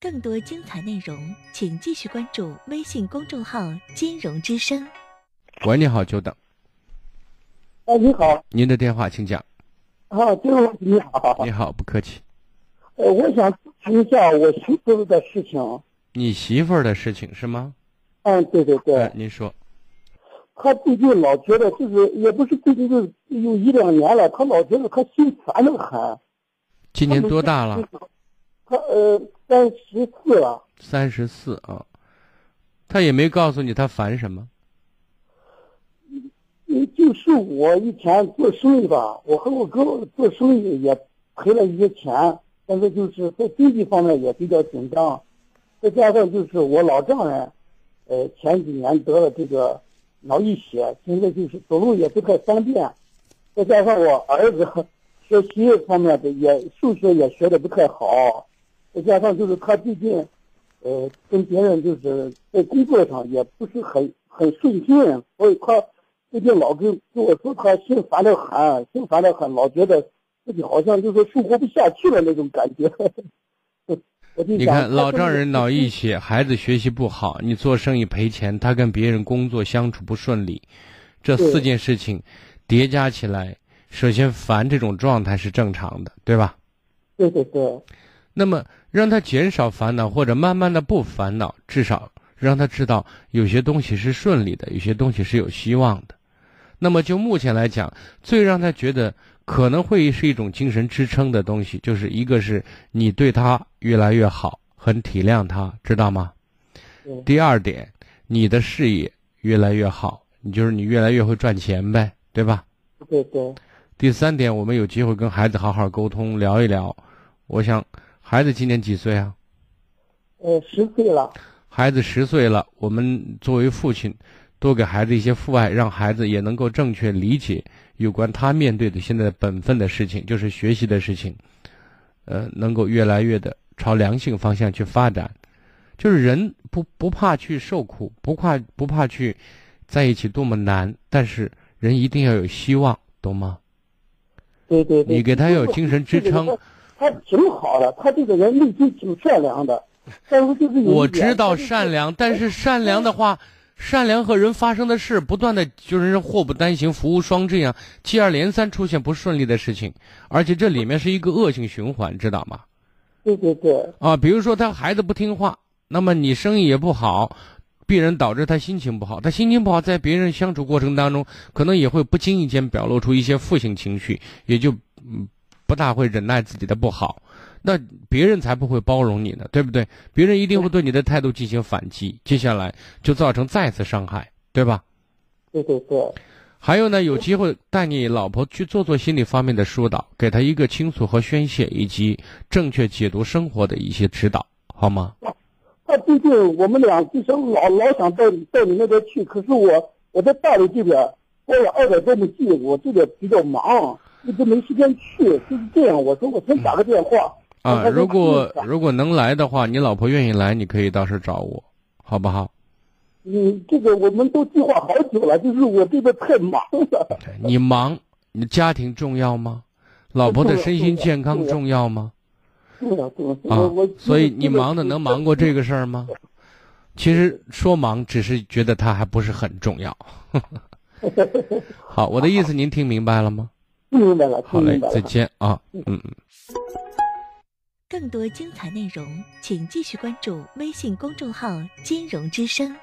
更多精彩内容，请继续关注微信公众号“金融之声喂，你好，久等，哎，你好，您的电话请讲。啊，就是你好，你好，不客气。呃，我想咨询一下我媳妇儿的事情。你媳妇儿的事情是吗？嗯，对对呃对，您说，她最近老觉得就是也不是最近就是有一两年了，她老觉得她心烦的很。今年多大啊了？？她呃三十四了，三十四啊。他也没告诉你他烦什么。嗯就是我以前做生意吧，我和我哥做生意也赔了一些钱，但是就是在经济方面也比较紧张，再加上就是我老丈人，呃，前几年得了这个脑溢血，现在就是走路也不太方便，再加上我儿子学习方面的也数学也学的不太好，再加上就是他最近，呃，跟别人就是在工作上也不是很很顺心，所以他最近老跟跟我说他心烦的很，心烦的很，老觉得自己好像就是生活不下去了那种感觉。我嗯就想你看，他老这个丈人脑溢血，孩子学习不好，你做生意赔钱，他跟别人工作相处不顺利，这对四件事情叠加起来，首先烦这种状态是正常的，对吧？对对对，那么让他减少烦恼，或者慢慢的不烦恼，至少让他知道有些东西是顺利的，有些东西是有希望的。那么就目前来讲，最让他觉得可能会是一种精神支撑的东西，就是一个是你对他越来越好，很体谅他，知道吗？对第二点，你的事业越来越好，你就是你越来越会赚钱呗，对吧？对对第三点，我们有机会跟孩子好好沟通聊一聊。我想，孩子今年几岁啊？呃，十岁了，孩子十岁了，我们作为父亲，多给孩子一些父爱，让孩子也能够正确理解有关他面对的现在本分的事情，就是学习的事情，呃，能够越来越的朝良性方向去发展。就是人不不怕去受苦，不怕不怕去在一起多么难，但是人一定要有希望，懂吗？对对对。你给他有精神支撑。他挺好的，他这个人内心挺善良的，但是就是有一点我知道他就是善良，但是善良的话，善良和人发生的事，不断的就是祸不单行，福无双至呀，接二连三出现不顺利的事情，而且这里面是一个恶性循环，知道吗？对对对啊，比如说他孩子不听话，那么你生意也不好，必然导致他心情不好。他心情不好，在别人相处过程当中，可能也会不经意间表露出一些负性情绪，也就嗯不大会忍耐自己的不好。那别人才不会包容你呢，对不对？别人一定会对你的态度进行反击，接下来就造成再次伤害，对吧？对对对，还有呢，有机会带你老婆去做做心理方面的疏导，给她一个倾诉和宣泄，以及正确解读生活的一些指导，好吗？他最近我们俩就是老老想到你到你那边去，可是我我在大理这边过了二百多亩地，我这个比较忙，一直没时间去，就是这样。我说我先打个电话。让啊，他如果去一下如果能来的话，你老婆愿意来，你可以到时候找我，好不好？嗯，这个我们都计划好久了，就是我这边太忙了。你忙，你家庭重要吗？老婆的身心健康重要吗？对呀、对呀、啊我我，所以你忙的能忙过这个事儿吗？其实说忙，只是觉得它还不是很重要。 好，我的意思您听明白了吗？听明白了，好听嘞明白，再了。见啊，嗯嗯。”。更多精彩内容，请继续关注微信公众号“金融之声”。